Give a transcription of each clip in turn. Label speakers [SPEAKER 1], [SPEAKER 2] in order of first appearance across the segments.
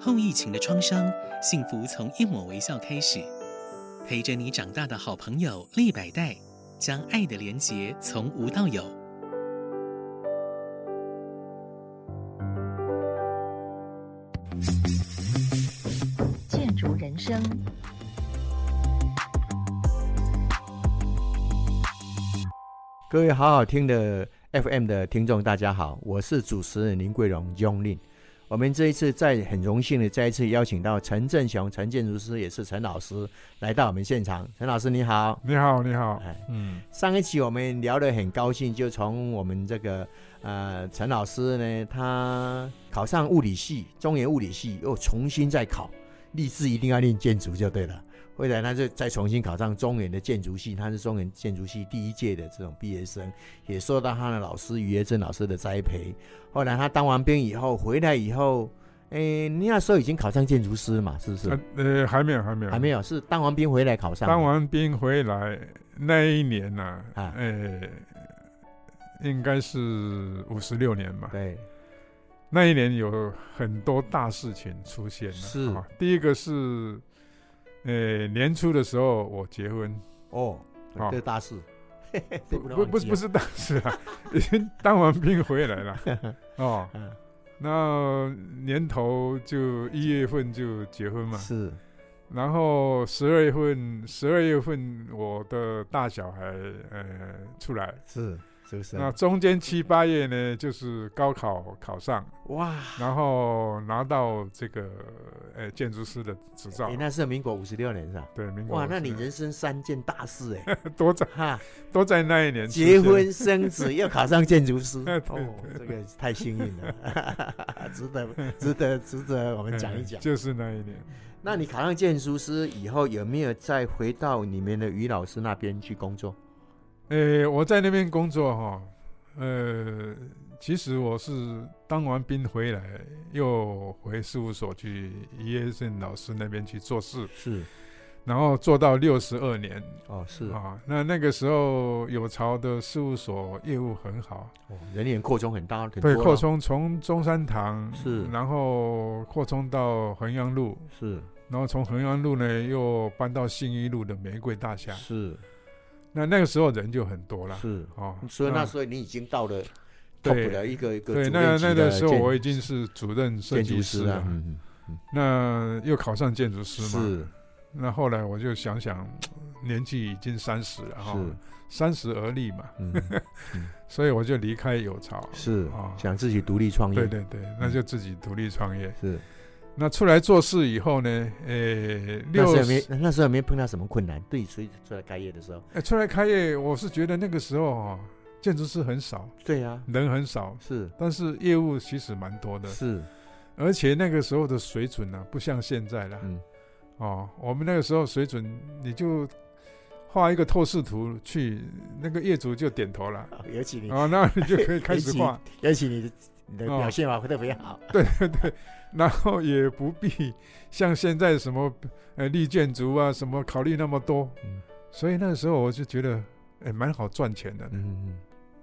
[SPEAKER 1] 后疫情的创伤，幸福从一抹微笑开始。陪着你长大的好朋友立百代，将爱的连结从无到有。
[SPEAKER 2] 建筑人生，
[SPEAKER 3] 各位好好听的 FM 的听众，大家好，我是主持人林桂荣 John Lin。我们这一次再很荣幸的再一次邀请到陈振雄陈建筑师，也是陈老师来到我们现场。陈老师你好，
[SPEAKER 4] 你好，你好
[SPEAKER 3] 哎，
[SPEAKER 4] 嗯，
[SPEAKER 3] 上一期我们聊得很高兴，就从我们这个呃陈老师呢，他考上物理系，中原物理系又重新再考，立志一定要念建筑就对了。后来他就再重新考上中原的建筑系，他是中原建筑系第一届的这种毕业生，也受到他的老师于业珍老师的栽培。后来他当完兵以后回来以后，诶，你那时候已经考上建筑师嘛，是不是？
[SPEAKER 4] 呃呃，还没有，还没有，
[SPEAKER 3] 还没有，是当完兵回来考上的。
[SPEAKER 4] 当完兵回来那一年呢、
[SPEAKER 3] 啊
[SPEAKER 4] 呃，应该是五十六年吧。
[SPEAKER 3] 对，
[SPEAKER 4] 那一年有很多大事情出现了。
[SPEAKER 3] 是
[SPEAKER 4] 啊第一个是，呃，年初的时候我结婚，
[SPEAKER 3] 哦，
[SPEAKER 4] 好
[SPEAKER 3] 这大事。
[SPEAKER 4] 不
[SPEAKER 3] 对能
[SPEAKER 4] 不
[SPEAKER 3] 忘
[SPEAKER 4] 不
[SPEAKER 3] 记啊
[SPEAKER 4] 是不是当时 啊，已经当完兵回来了。哦，
[SPEAKER 3] 嗯
[SPEAKER 4] 那年头就一月份就结婚嘛。
[SPEAKER 3] 是
[SPEAKER 4] 然后十二月份，十二月份我的大小孩呃出来，
[SPEAKER 3] 是是不是？
[SPEAKER 4] 那中间七八月呢，就是高考考上，
[SPEAKER 3] 哇，
[SPEAKER 4] 然后拿到这个呃建筑师的执照
[SPEAKER 3] 你。那是民国五十六年是吧？
[SPEAKER 4] 对，民国
[SPEAKER 3] 哇，
[SPEAKER 4] 五十
[SPEAKER 3] 那你
[SPEAKER 4] 年
[SPEAKER 3] 人生三件大事 哎，
[SPEAKER 4] 都在
[SPEAKER 3] 哈，
[SPEAKER 4] 都在那一年出
[SPEAKER 3] 结
[SPEAKER 4] 现，
[SPEAKER 3] 婚生子又考上建筑 师
[SPEAKER 4] 对，对
[SPEAKER 3] 哦，这个太幸运了， 值得值得值得我们讲一
[SPEAKER 4] 嗯
[SPEAKER 3] 讲。
[SPEAKER 4] 就是那一年。
[SPEAKER 3] 那你考上建筑师以后，有没有再回到你们的于老师那边去工作？
[SPEAKER 4] 呃，我在那边工作哈，呃，其实我是当完兵回来，又回事务所去叶胜老师那边去做事。
[SPEAKER 3] 是
[SPEAKER 4] 然后做到六十二年
[SPEAKER 3] 哦，是哦，
[SPEAKER 4] 啊。那那个时候有潮的事务所业务很好，
[SPEAKER 3] 人员扩充很大，很
[SPEAKER 4] 对，
[SPEAKER 3] 多
[SPEAKER 4] 扩
[SPEAKER 3] 了
[SPEAKER 4] 充从中山堂
[SPEAKER 3] 是
[SPEAKER 4] 然后扩充到衡阳路，
[SPEAKER 3] 是
[SPEAKER 4] 然后从衡阳路呢又搬到信义路的玫瑰大厦。
[SPEAKER 3] 是
[SPEAKER 4] 那那个时候人就很多了，
[SPEAKER 3] 是，
[SPEAKER 4] 哦，
[SPEAKER 3] 所以那时候你已经到了 top
[SPEAKER 4] 对
[SPEAKER 3] 的一个一个
[SPEAKER 4] 对，
[SPEAKER 3] 主
[SPEAKER 4] 那
[SPEAKER 3] 任级
[SPEAKER 4] 那
[SPEAKER 3] 的
[SPEAKER 4] 个时候
[SPEAKER 3] 建
[SPEAKER 4] 我已经是主任设
[SPEAKER 3] 建
[SPEAKER 4] 计
[SPEAKER 3] 筑
[SPEAKER 4] 师
[SPEAKER 3] 师
[SPEAKER 4] 了
[SPEAKER 3] 啊，，嗯，
[SPEAKER 4] 那又考上建筑师嘛。
[SPEAKER 3] 是
[SPEAKER 4] 那后来我就想想，年纪已经三十了哈，
[SPEAKER 3] 是，
[SPEAKER 4] 三十而立嘛，
[SPEAKER 3] 嗯，
[SPEAKER 4] 所以我就离开有潮，
[SPEAKER 3] 是嗯
[SPEAKER 4] 啊
[SPEAKER 3] 想自己独立创业，
[SPEAKER 4] 对对对，那就自己独立创业。
[SPEAKER 3] 是。
[SPEAKER 4] 那出来做事以后呢，呃，
[SPEAKER 3] 那时
[SPEAKER 4] 六
[SPEAKER 3] 候没那时候没碰到什么困难，对，所以出来开业的时候，
[SPEAKER 4] 呃出来开业，我是觉得那个时候哦，建筑师很少，
[SPEAKER 3] 对呀、
[SPEAKER 4] 人很少，
[SPEAKER 3] 是
[SPEAKER 4] 但是业务其实蛮多的，
[SPEAKER 3] 是，
[SPEAKER 4] 而且那个时候的水准呢、不像现在了。
[SPEAKER 3] 嗯，
[SPEAKER 4] 哦，我们那个时候水准，你就画一个透视图去，那个业主就点头了。
[SPEAKER 3] 尤其你，
[SPEAKER 4] 哦，那你就可以开始画，
[SPEAKER 3] 尤其 你的你的
[SPEAKER 4] 哦
[SPEAKER 3] 表现嘛，会特别好，
[SPEAKER 4] 然后也不必像现在什么呃立建筑啊什么考虑那么多，
[SPEAKER 3] 嗯
[SPEAKER 4] 所以那时候我就觉得哎蛮好赚钱的。
[SPEAKER 3] 嗯。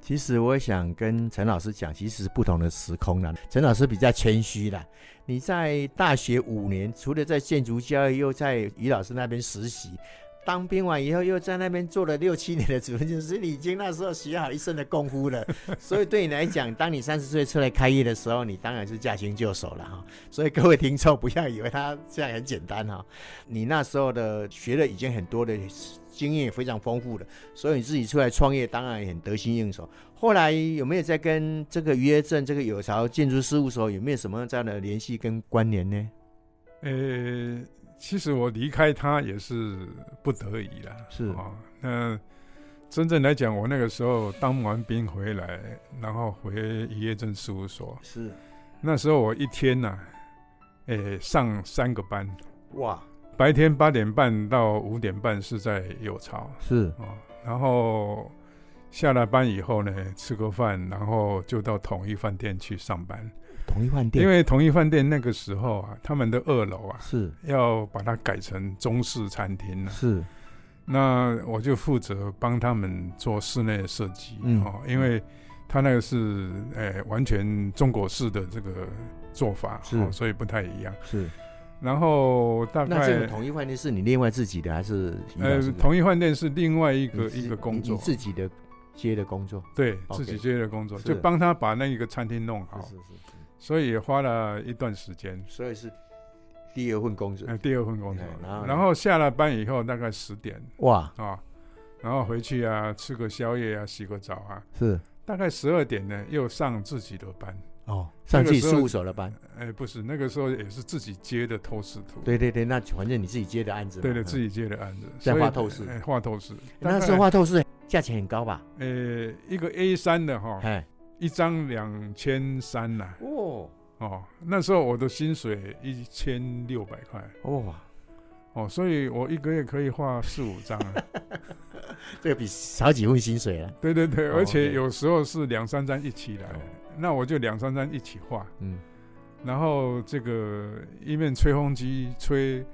[SPEAKER 3] 其实我想跟陈老师讲，其实是不同的时空啊啦。陈老师比较谦虚啦。你在大学五年，除了在建筑教育，又在于老师那边实习，当兵完以后又在那边做了六七年的主任建筑师，你已经那时候学好一身的功夫了。所以对你来讲，当你三十岁出来开业的时候，你当然是驾轻就熟了哈。所以各位听众不要以为他这样很简单哈，你那时候的学了已经很多的经验也非常丰富了，所以你自己出来创业当然也很得心应手。后来有没有在跟这个约正这个有巢建筑事务所有没有什么这样的联系跟关联呢？
[SPEAKER 4] 呃，其实我离开他也是不得已啦。
[SPEAKER 3] 是
[SPEAKER 4] 哦，那真正来讲，我那个时候当完兵回来，然后回营业证事务所，
[SPEAKER 3] 是
[SPEAKER 4] 那时候我一天呐、呃，上三个班，
[SPEAKER 3] 哇，
[SPEAKER 4] 白天八点半到五点半是在有巢，
[SPEAKER 3] 是
[SPEAKER 4] 哦，然后下了班以后呢，吃个饭，然后就到统一饭店去上班。
[SPEAKER 3] 同一饭店，
[SPEAKER 4] 因为统一饭店那个时候啊，他们的二楼啊，
[SPEAKER 3] 是
[SPEAKER 4] 要把它改成中式餐厅了、
[SPEAKER 3] 是
[SPEAKER 4] 那我就负责帮他们做室内设计、啊
[SPEAKER 3] 嗯
[SPEAKER 4] 哦，因为他那个是呃完全中国式的这个做法，
[SPEAKER 3] 是
[SPEAKER 4] 哦所以不太一样。
[SPEAKER 3] 是。
[SPEAKER 4] 然后大
[SPEAKER 3] 那这个
[SPEAKER 4] 概
[SPEAKER 3] 统一饭店是你另外自己的还是宜
[SPEAKER 4] 呃
[SPEAKER 3] 老师，的？
[SPEAKER 4] 同一饭店是另外一个
[SPEAKER 3] 你自
[SPEAKER 4] 一个工
[SPEAKER 3] 你
[SPEAKER 4] 作
[SPEAKER 3] 你，自己的接的工作，
[SPEAKER 4] 对
[SPEAKER 3] OK
[SPEAKER 4] 自己接的工作，
[SPEAKER 3] 是
[SPEAKER 4] 就帮他把那个餐厅弄好，
[SPEAKER 3] 是是是，
[SPEAKER 4] 所以也花了一段时间。
[SPEAKER 3] 所以是第二份工作
[SPEAKER 4] 呃，。第二份工作
[SPEAKER 3] 哎，然后呢
[SPEAKER 4] 然后下了班以后大概十点
[SPEAKER 3] 哇，
[SPEAKER 4] 啊，然后回去啊吃个宵夜啊，洗个澡啊，
[SPEAKER 3] 是
[SPEAKER 4] 大概十二点呢又上自己的班。
[SPEAKER 3] 哦，上自己
[SPEAKER 4] 那个时
[SPEAKER 3] 事
[SPEAKER 4] 候
[SPEAKER 3] 务所的班。
[SPEAKER 4] 哎，不是，那个时候也是自己接的透视图，
[SPEAKER 3] 对对对，那反正你自己接的案子嘛。
[SPEAKER 4] 对的，
[SPEAKER 3] 嗯
[SPEAKER 4] 自己接的案子，
[SPEAKER 3] 在
[SPEAKER 4] 所以
[SPEAKER 3] 画透视
[SPEAKER 4] 哎画透视。
[SPEAKER 3] 那
[SPEAKER 4] 大
[SPEAKER 3] 时候
[SPEAKER 4] 概，
[SPEAKER 3] 画透视价钱很高吧？
[SPEAKER 4] 呃，一个 A 三的哈，
[SPEAKER 3] 哎，
[SPEAKER 4] 一张两千三呐，
[SPEAKER 3] 哦
[SPEAKER 4] 哦，那时候我的薪水一千六百块，
[SPEAKER 3] 哦，
[SPEAKER 4] 哦，所以我一个月可以画四五 张啊，
[SPEAKER 3] 这个比少几份薪水啊。
[SPEAKER 4] 对对对，
[SPEAKER 3] 哦
[SPEAKER 4] 而
[SPEAKER 3] OK
[SPEAKER 4] 且有时候是两三张一起来
[SPEAKER 3] 哦，
[SPEAKER 4] 那我就两三张一起画，
[SPEAKER 3] 嗯，
[SPEAKER 4] 然后这个一面吹风机吹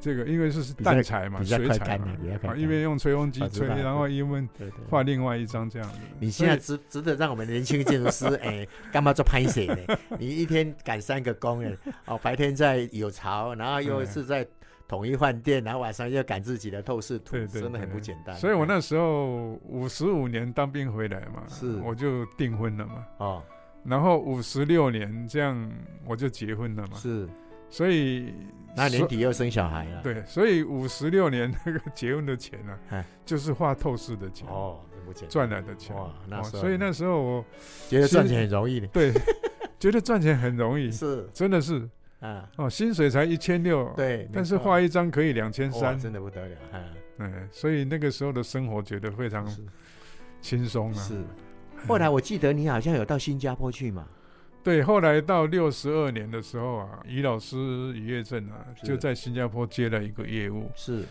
[SPEAKER 4] 这个，因为是
[SPEAKER 3] 比较
[SPEAKER 4] 蛋彩嘛，
[SPEAKER 3] 比较
[SPEAKER 4] 水
[SPEAKER 3] 快
[SPEAKER 4] 彩
[SPEAKER 3] 干了
[SPEAKER 4] 嘛
[SPEAKER 3] 比较，快
[SPEAKER 4] 啊，
[SPEAKER 3] 干
[SPEAKER 4] 一边用吹风机
[SPEAKER 3] 我知
[SPEAKER 4] 吹，
[SPEAKER 3] 道
[SPEAKER 4] 然后一面
[SPEAKER 3] 对对。
[SPEAKER 4] 画另外一张这样子。
[SPEAKER 3] 你现在值值得让我们年轻的建筑 师哎，干嘛做拍写呢？你一天赶三个工哎，哦，白天在有潮，然后又
[SPEAKER 4] 嗯
[SPEAKER 3] 是在统一饭店，然后晚上又赶自己的透视图
[SPEAKER 4] 对，对
[SPEAKER 3] 真的很
[SPEAKER 4] 对
[SPEAKER 3] 不简单。哎
[SPEAKER 4] 所以，所以我那时候五十五年当兵回来嘛，
[SPEAKER 3] 是
[SPEAKER 4] 我就订婚了嘛，
[SPEAKER 3] 哦
[SPEAKER 4] 然后五十六年这样我就结婚了嘛，
[SPEAKER 3] 是，
[SPEAKER 4] 所以
[SPEAKER 3] 那年
[SPEAKER 4] 所
[SPEAKER 3] 底又生小孩了，，
[SPEAKER 4] 对，所以五十六年那个结婚的钱
[SPEAKER 3] 哎
[SPEAKER 4] 啊，就是画透视的钱，
[SPEAKER 3] 哦，很不简单，
[SPEAKER 4] 赚来的钱。
[SPEAKER 3] 哇
[SPEAKER 4] 哦，
[SPEAKER 3] 那时候
[SPEAKER 4] 所以那时候我
[SPEAKER 3] 觉得赚钱很容易的，
[SPEAKER 4] 对觉得赚钱很容易，
[SPEAKER 3] 是
[SPEAKER 4] 真的是
[SPEAKER 3] 啊，
[SPEAKER 4] 哦，薪水才一千六，，
[SPEAKER 3] 对，
[SPEAKER 4] 但是
[SPEAKER 3] 没错
[SPEAKER 4] 画一张可以两千
[SPEAKER 3] 哇
[SPEAKER 4] 三，
[SPEAKER 3] 真的不得了，啊，
[SPEAKER 4] 嗯，所以那个时候的生活觉得非常
[SPEAKER 3] 是
[SPEAKER 4] 轻松啊。
[SPEAKER 3] 是。后来我记得你好像有到新加坡去嘛，
[SPEAKER 4] 对，后来到六十二年的时候啊，于老师于业正啊，
[SPEAKER 3] 是
[SPEAKER 4] 就在新加坡接了一个业务。
[SPEAKER 3] 是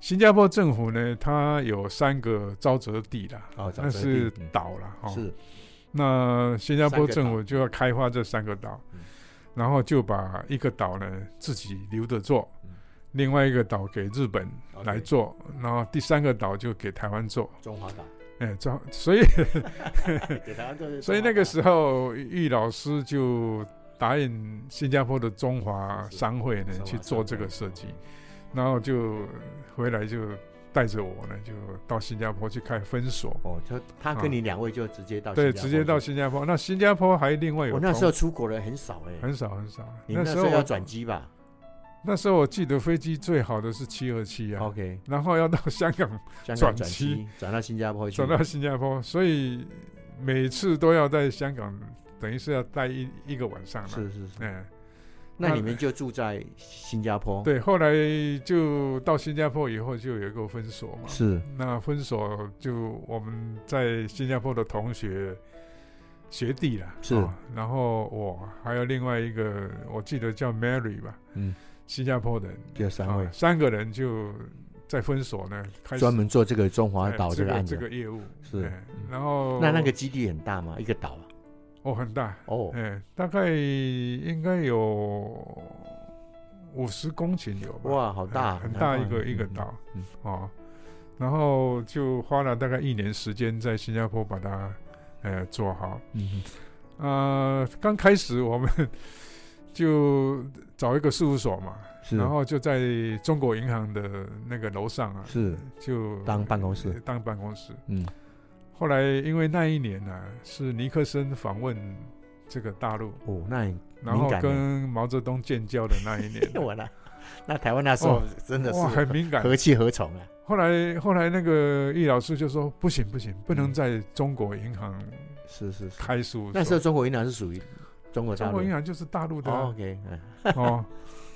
[SPEAKER 4] 新加坡政府呢，它有三个沼泽地啦，
[SPEAKER 3] 哦沼泽地
[SPEAKER 4] 那是
[SPEAKER 3] 嗯
[SPEAKER 4] 岛啦，哦哈、
[SPEAKER 3] 是
[SPEAKER 4] 那新加
[SPEAKER 3] 三
[SPEAKER 4] 坡
[SPEAKER 3] 个
[SPEAKER 4] 政
[SPEAKER 3] 岛
[SPEAKER 4] 府就要开发这三个岛，
[SPEAKER 3] 嗯
[SPEAKER 4] 然后就把一个岛呢自己留着做，
[SPEAKER 3] 嗯
[SPEAKER 4] 另外一个岛给日本
[SPEAKER 3] OK
[SPEAKER 4] 来做，然后第三个岛就给台湾做。
[SPEAKER 3] 哦中华岛，
[SPEAKER 4] 哎，这样所以
[SPEAKER 3] 给台湾做是
[SPEAKER 4] 所以那个时
[SPEAKER 3] 中
[SPEAKER 4] 候，玉老师就答应新加坡的中华商会呢
[SPEAKER 3] 华岛
[SPEAKER 4] 去做这个设计，然后就回来就带着我呢就到新加坡去开分所。
[SPEAKER 3] 哦，他他跟你两位就直接到
[SPEAKER 4] 对，
[SPEAKER 3] 新加坡
[SPEAKER 4] 直接到
[SPEAKER 3] 去。
[SPEAKER 4] 新加坡。那新加坡还另外有
[SPEAKER 3] 我
[SPEAKER 4] 同，
[SPEAKER 3] 那时候出国人很少哎、
[SPEAKER 4] 很少很少。
[SPEAKER 3] 你们那时
[SPEAKER 4] 我
[SPEAKER 3] 候要转机吧
[SPEAKER 4] 那时候我记得飞机最好的是七二七啊，
[SPEAKER 3] ？OK，
[SPEAKER 4] 然后要到香港，
[SPEAKER 3] 香港
[SPEAKER 4] 转
[SPEAKER 3] 转机转到新加坡去，
[SPEAKER 4] 转到新加坡，所以每次都要在香港，等于是要待一一个晚上了。
[SPEAKER 3] 是是是。
[SPEAKER 4] 嗯，
[SPEAKER 3] 那
[SPEAKER 4] 那
[SPEAKER 3] 你们就住在新加坡？，
[SPEAKER 4] 对。后来就到新加坡以后，就有一个分所嘛。
[SPEAKER 3] 是
[SPEAKER 4] 那分所就我们在新加坡的同学学弟啦，
[SPEAKER 3] 是
[SPEAKER 4] 哦然后我还有另外一个，我记得叫 Mary 吧，
[SPEAKER 3] 嗯，
[SPEAKER 4] 新加坡人，
[SPEAKER 3] 就三位
[SPEAKER 4] 啊三个人就在分所呢，开始
[SPEAKER 3] 专门做这个中华
[SPEAKER 4] 哎
[SPEAKER 3] 岛
[SPEAKER 4] 这
[SPEAKER 3] 个案
[SPEAKER 4] 个
[SPEAKER 3] 子。
[SPEAKER 4] 这个业务
[SPEAKER 3] 是
[SPEAKER 4] 哎
[SPEAKER 3] 嗯
[SPEAKER 4] 然后
[SPEAKER 3] 那那个基地很大吗？一个岛啊？
[SPEAKER 4] 哦很大，
[SPEAKER 3] 哦，
[SPEAKER 4] 哎，大概应该有五十公顷有吧？
[SPEAKER 3] 哇，好大，
[SPEAKER 4] 哎很大
[SPEAKER 3] 难
[SPEAKER 4] 一
[SPEAKER 3] 怪
[SPEAKER 4] 个一个
[SPEAKER 3] 嗯
[SPEAKER 4] 岛
[SPEAKER 3] 嗯
[SPEAKER 4] 哦，然后就花了大概一年时间在新加坡把它呃做好。
[SPEAKER 3] 嗯，
[SPEAKER 4] 呃，刚开始我们 就找一个事务所嘛，
[SPEAKER 3] 是，
[SPEAKER 4] 然后就在中国银行的那个楼上啊，
[SPEAKER 3] 是
[SPEAKER 4] 就
[SPEAKER 3] 当办公室，
[SPEAKER 4] 当办公室。
[SPEAKER 3] 嗯，
[SPEAKER 4] 后来因为那一年呢、啊，是尼克森访问这个大陆，
[SPEAKER 3] 哦，那你
[SPEAKER 4] 然后
[SPEAKER 3] 敏感欸
[SPEAKER 4] 跟毛泽东建交的那一年，
[SPEAKER 3] 我 那那台湾那时候
[SPEAKER 4] 哦
[SPEAKER 3] 真的是
[SPEAKER 4] 哇，很敏感。
[SPEAKER 3] 何气何从啊？
[SPEAKER 4] 后来后来那个易老师就说，不行不行，不能在中国银行
[SPEAKER 3] 是是是，
[SPEAKER 4] 开事务所。
[SPEAKER 3] 那时候中国银行是属于中国大
[SPEAKER 4] 中
[SPEAKER 3] 陆
[SPEAKER 4] 国银行就是大陆的
[SPEAKER 3] 哦
[SPEAKER 4] 啊
[SPEAKER 3] ，OK，嗯
[SPEAKER 4] 哦。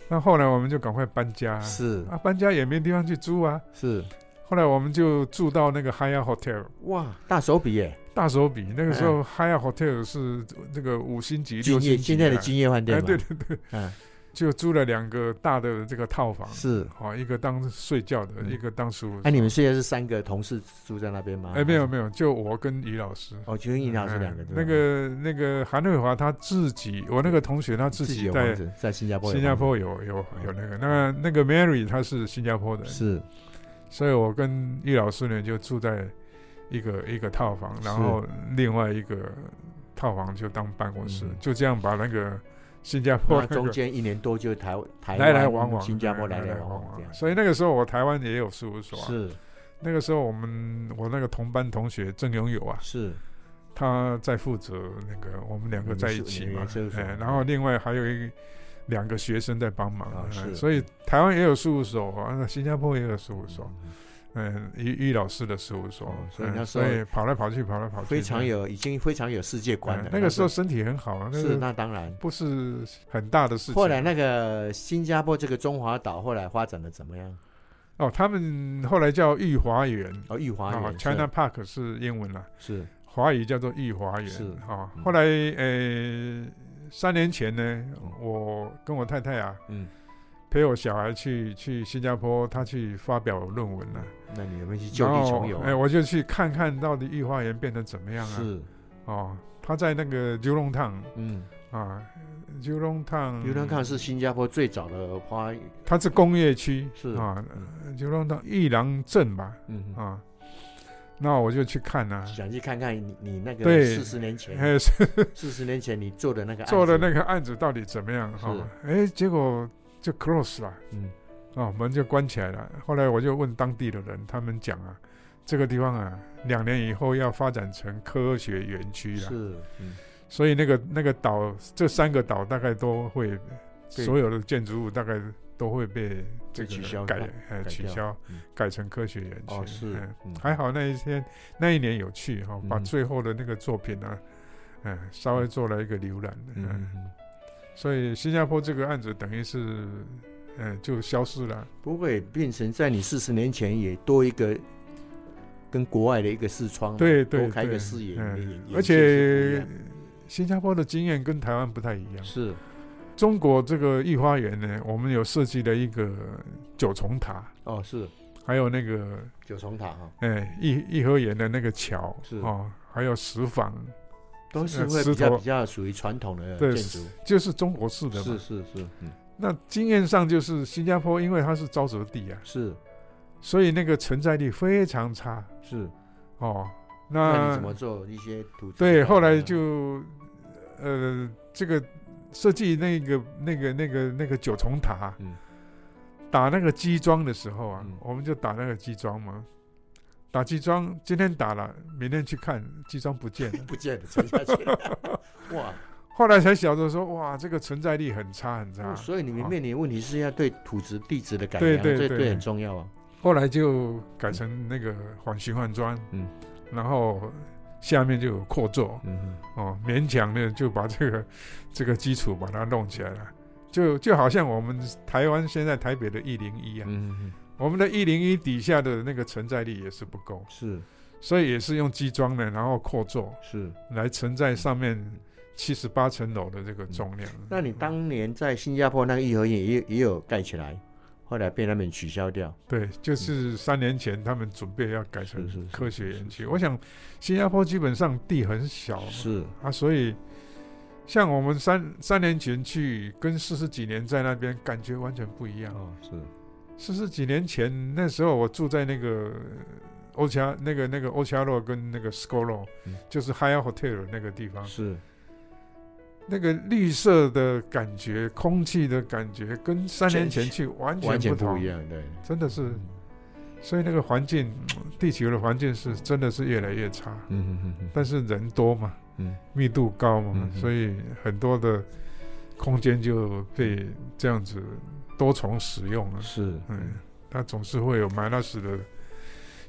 [SPEAKER 4] 那后来我们就赶快搬家，
[SPEAKER 3] 是
[SPEAKER 4] 啊，搬家也没地方去租啊。
[SPEAKER 3] 是，
[SPEAKER 4] 后来我们就住到那个 Haya Hotel
[SPEAKER 3] 哇，大手笔耶！
[SPEAKER 4] 大手笔，那个时候
[SPEAKER 3] 哎
[SPEAKER 4] Haya Hotel 是这个五星级、六
[SPEAKER 3] 君
[SPEAKER 4] 星
[SPEAKER 3] 业
[SPEAKER 4] 级
[SPEAKER 3] 现在的
[SPEAKER 4] 啊
[SPEAKER 3] 君业饭店
[SPEAKER 4] 哎，
[SPEAKER 3] 嘛，
[SPEAKER 4] 对对对，
[SPEAKER 3] 嗯，
[SPEAKER 4] 就租了两个大的这个套房，
[SPEAKER 3] 是。
[SPEAKER 4] 好，一个当睡觉的，
[SPEAKER 3] 嗯
[SPEAKER 4] 一个当书务所。
[SPEAKER 3] 那你们现在是三个同事住在那边吗？
[SPEAKER 4] 哎，没有没有，就我跟于老师。
[SPEAKER 3] 哦，君业老师
[SPEAKER 4] 哎
[SPEAKER 3] 两个，对吧
[SPEAKER 4] 那个那个韩瑞华他自己，我那个同学他自
[SPEAKER 3] 自己
[SPEAKER 4] 己
[SPEAKER 3] 有房
[SPEAKER 4] 在
[SPEAKER 3] 子在新加坡有房子，哦
[SPEAKER 4] 新加坡有有有那个，那个那个 Mary 她是新加坡的，
[SPEAKER 3] 是
[SPEAKER 4] 所以我跟于老师呢就住在一个一个套房，然后另外一个套房就当办公室
[SPEAKER 3] 嗯，
[SPEAKER 4] 就这样把那个新加坡
[SPEAKER 3] 那中间一年多就台台
[SPEAKER 4] 来来
[SPEAKER 3] 湾
[SPEAKER 4] 往往，
[SPEAKER 3] 新加坡来
[SPEAKER 4] 来
[SPEAKER 3] 来
[SPEAKER 4] 往
[SPEAKER 3] 往往这样。
[SPEAKER 4] 所以那个时候我台湾也有事务所、啊，
[SPEAKER 3] 是
[SPEAKER 4] 那个时候我们我那个同班同学郑永友啊，
[SPEAKER 3] 是
[SPEAKER 4] 他在负责那个我们两个在一起
[SPEAKER 3] 你
[SPEAKER 4] 嘛
[SPEAKER 3] 们嗯是你们是，
[SPEAKER 4] 哎，然后另外还有一两个学生在帮忙，
[SPEAKER 3] 啊
[SPEAKER 4] 哎
[SPEAKER 3] 是
[SPEAKER 4] 所以台湾也有事务所，啊那新加坡也有事务所，
[SPEAKER 3] 嗯
[SPEAKER 4] 嗯，于于老师的事务所
[SPEAKER 3] 哦，所以
[SPEAKER 4] 哎
[SPEAKER 3] 那时候
[SPEAKER 4] 所以跑来跑去，跑来跑去，
[SPEAKER 3] 非常
[SPEAKER 4] 哎
[SPEAKER 3] 有，已经非常有世界观了。
[SPEAKER 4] 嗯那个时候身体很好啊，那
[SPEAKER 3] 是
[SPEAKER 4] 个
[SPEAKER 3] 那当然。
[SPEAKER 4] 不是很大的事情。
[SPEAKER 3] 后来那个新加坡这个中华岛后来发展的怎么样？
[SPEAKER 4] 哦，他们后来叫御华园，
[SPEAKER 3] 哦，御华
[SPEAKER 4] 啊
[SPEAKER 3] 园是
[SPEAKER 4] ，China Park 是英文啦，
[SPEAKER 3] 是
[SPEAKER 4] 华语叫做御华园。
[SPEAKER 3] 是
[SPEAKER 4] 哦
[SPEAKER 3] 嗯，
[SPEAKER 4] 后来呃，三年前呢，我跟我太太啊，
[SPEAKER 3] 嗯，
[SPEAKER 4] 陪我小孩去去新加坡，他去发表论文了、
[SPEAKER 3] 那你们去就
[SPEAKER 4] 然后
[SPEAKER 3] 地重游啊？
[SPEAKER 4] 哎，我就去看看到底御花园变得怎么样啊？
[SPEAKER 3] 是
[SPEAKER 4] 哦，他在那个 j u l o n g Town
[SPEAKER 3] 嗯
[SPEAKER 4] 啊 j u l o n g Town
[SPEAKER 3] ，U 兰港是新加坡最早的花，
[SPEAKER 4] 它是工业区
[SPEAKER 3] 是
[SPEAKER 4] 啊
[SPEAKER 3] 嗯
[SPEAKER 4] j u l o n g Town 玉郎镇吧
[SPEAKER 3] 嗯，
[SPEAKER 4] 啊，那我就去看啊，
[SPEAKER 3] 想去看看你你那个
[SPEAKER 4] 对
[SPEAKER 3] 四十年前，
[SPEAKER 4] 哎，是
[SPEAKER 3] 四十年前你做的那个案
[SPEAKER 4] 做的
[SPEAKER 3] 子
[SPEAKER 4] 那个案子到底怎么样哈
[SPEAKER 3] 是？
[SPEAKER 4] 哎，结果就 close 了。
[SPEAKER 3] 嗯
[SPEAKER 4] 哦，门就关起来了。后来我就问当地的人，他们讲啊，这个地方啊，两年以后要发展成科学园区了，
[SPEAKER 3] 是嗯
[SPEAKER 4] 所以那个那个岛，这三个岛大概都会，
[SPEAKER 3] 对
[SPEAKER 4] 所有的建筑物大概都会被这个
[SPEAKER 3] 取消
[SPEAKER 4] 改
[SPEAKER 3] 改，
[SPEAKER 4] 呃，
[SPEAKER 3] 改
[SPEAKER 4] 取
[SPEAKER 3] 掉
[SPEAKER 4] 消
[SPEAKER 3] 嗯，
[SPEAKER 4] 改成科学园区。
[SPEAKER 3] 哦是
[SPEAKER 4] 嗯
[SPEAKER 3] 嗯
[SPEAKER 4] 还好那一天那一年有去哈，把
[SPEAKER 3] 嗯
[SPEAKER 4] 最后的那个作品啊，嗯，稍微做了一个浏览，
[SPEAKER 3] 嗯
[SPEAKER 4] 嗯，
[SPEAKER 3] 嗯。
[SPEAKER 4] 所以新加坡这个案子等于是，嗯，就消失了。
[SPEAKER 3] 不过也变成在你四十年前也多一个跟国外的一个视窗嘛，啊
[SPEAKER 4] 对对，
[SPEAKER 3] 多开一
[SPEAKER 4] 对
[SPEAKER 3] 个视野，
[SPEAKER 4] 嗯
[SPEAKER 3] 你的眼
[SPEAKER 4] 而
[SPEAKER 3] 眼界是不一
[SPEAKER 4] 且
[SPEAKER 3] 样
[SPEAKER 4] 新加坡的经验跟台湾不太一样。
[SPEAKER 3] 是
[SPEAKER 4] 中国这个御花园呢，我们有设计了一个九重塔，
[SPEAKER 3] 哦是
[SPEAKER 4] 还有那个
[SPEAKER 3] 九重塔哈，
[SPEAKER 4] 哎颐颐和园的那个桥
[SPEAKER 3] 是
[SPEAKER 4] 哦，还有石坊，
[SPEAKER 3] 都是
[SPEAKER 4] 呃
[SPEAKER 3] 会
[SPEAKER 4] 石
[SPEAKER 3] 比较
[SPEAKER 4] 头
[SPEAKER 3] 比较属于传统的
[SPEAKER 4] 对
[SPEAKER 3] 呃建筑，
[SPEAKER 4] 就是中国式的
[SPEAKER 3] 是
[SPEAKER 4] 嘛。
[SPEAKER 3] 是是，嗯
[SPEAKER 4] 那经验上就是新加坡，因为它是沼泽地啊，
[SPEAKER 3] 是
[SPEAKER 4] 所以那个承载力非常差
[SPEAKER 3] 是。
[SPEAKER 4] 哦。
[SPEAKER 3] 那
[SPEAKER 4] 那
[SPEAKER 3] 你怎么做一些图纸
[SPEAKER 4] 对，
[SPEAKER 3] 啊
[SPEAKER 4] 后来就呃，这个设计那个那个那个那个九重塔，
[SPEAKER 3] 嗯
[SPEAKER 4] 打那个基桩的时候啊，
[SPEAKER 3] 嗯。
[SPEAKER 4] 我们就打那个基桩嘛。打基桩，今天打了，明天去看基桩不见了
[SPEAKER 3] 不见了沉下去，哇！
[SPEAKER 4] 后来才晓得说，哇，这个存在力很差很差。
[SPEAKER 3] 哦所以你们
[SPEAKER 4] 啊
[SPEAKER 3] 面临的问题是要对土质地质的改
[SPEAKER 4] 对
[SPEAKER 3] 良，
[SPEAKER 4] 对
[SPEAKER 3] 这
[SPEAKER 4] 对
[SPEAKER 3] 对很重要啊。
[SPEAKER 4] 后来就改成那个缓循环砖，
[SPEAKER 3] 嗯，
[SPEAKER 4] 然后下面就有扩座，
[SPEAKER 3] 嗯
[SPEAKER 4] 哦，勉强的就把这个 这个基础把它弄起来了，就就好像我们台湾现在台北的一零一啊，
[SPEAKER 3] 嗯，
[SPEAKER 4] 我们的一零一底下的那个承载力也是不够，
[SPEAKER 3] 是
[SPEAKER 4] 所以也是用基桩呢，然后扩座
[SPEAKER 3] 是。
[SPEAKER 4] 来承载上面七十八层楼的这个重量。
[SPEAKER 3] 嗯那你当年在新加坡那个颐和园也也有盖起来，后来被他们取消掉。
[SPEAKER 4] 对，就是三年前他们准备要改成
[SPEAKER 3] 嗯是是是
[SPEAKER 4] 科学园
[SPEAKER 3] 是
[SPEAKER 4] 区，
[SPEAKER 3] 是
[SPEAKER 4] 我想新加坡基本上地很小，
[SPEAKER 3] 是
[SPEAKER 4] 啊，所以像我们三三年前去，跟四十几年在那边感觉完全不一样。
[SPEAKER 3] 哦，是
[SPEAKER 4] 四十几年前那时候，我住在那个欧恰那个那个欧恰洛跟那个 Scolo，、
[SPEAKER 3] 嗯
[SPEAKER 4] 就是 High Hotel 那个地方，
[SPEAKER 3] 是
[SPEAKER 4] 那个绿色的感觉、空气的感觉，跟三年前去完全
[SPEAKER 3] 完全
[SPEAKER 4] 不
[SPEAKER 3] 不
[SPEAKER 4] 同，
[SPEAKER 3] 一样，对，
[SPEAKER 4] 真的是。所以那个环境，地球的环境是真的是越来越差，
[SPEAKER 3] 嗯嗯嗯
[SPEAKER 4] 但是人多嘛，
[SPEAKER 3] 嗯，
[SPEAKER 4] 密度高嘛
[SPEAKER 3] 嗯，哼
[SPEAKER 4] 所以很多的空间就被这样子多重使用了。
[SPEAKER 3] 是
[SPEAKER 4] 嗯，它总是会有 minus 的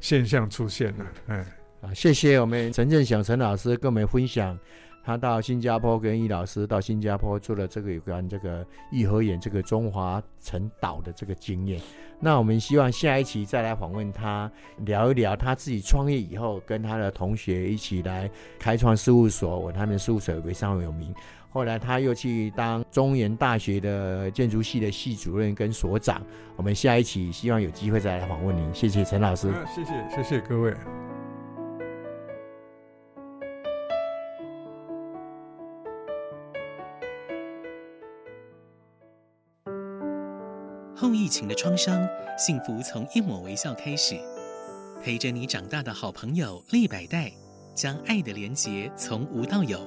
[SPEAKER 4] 现象出现的。嗯，
[SPEAKER 3] 啊，谢谢我们陈振祥陈老师跟我们分享。他到新加坡跟易老师到新加坡做了这个有关这个颐和园这个中华城岛的这个经验。那我们希望下一期再来访问他，聊一聊他自己创业以后跟他的同学一起来开创事务所，我他们事务所也非常有名。后来他又去当中原大学的建筑系的系主任跟所长。我们下一期希望有机会再来访问您，谢谢陈老师。
[SPEAKER 4] 啊谢谢谢谢各位。
[SPEAKER 1] 后疫情的创伤，幸福从一抹微笑开始。陪着你长大的好朋友利百代，将爱的连结从无到有，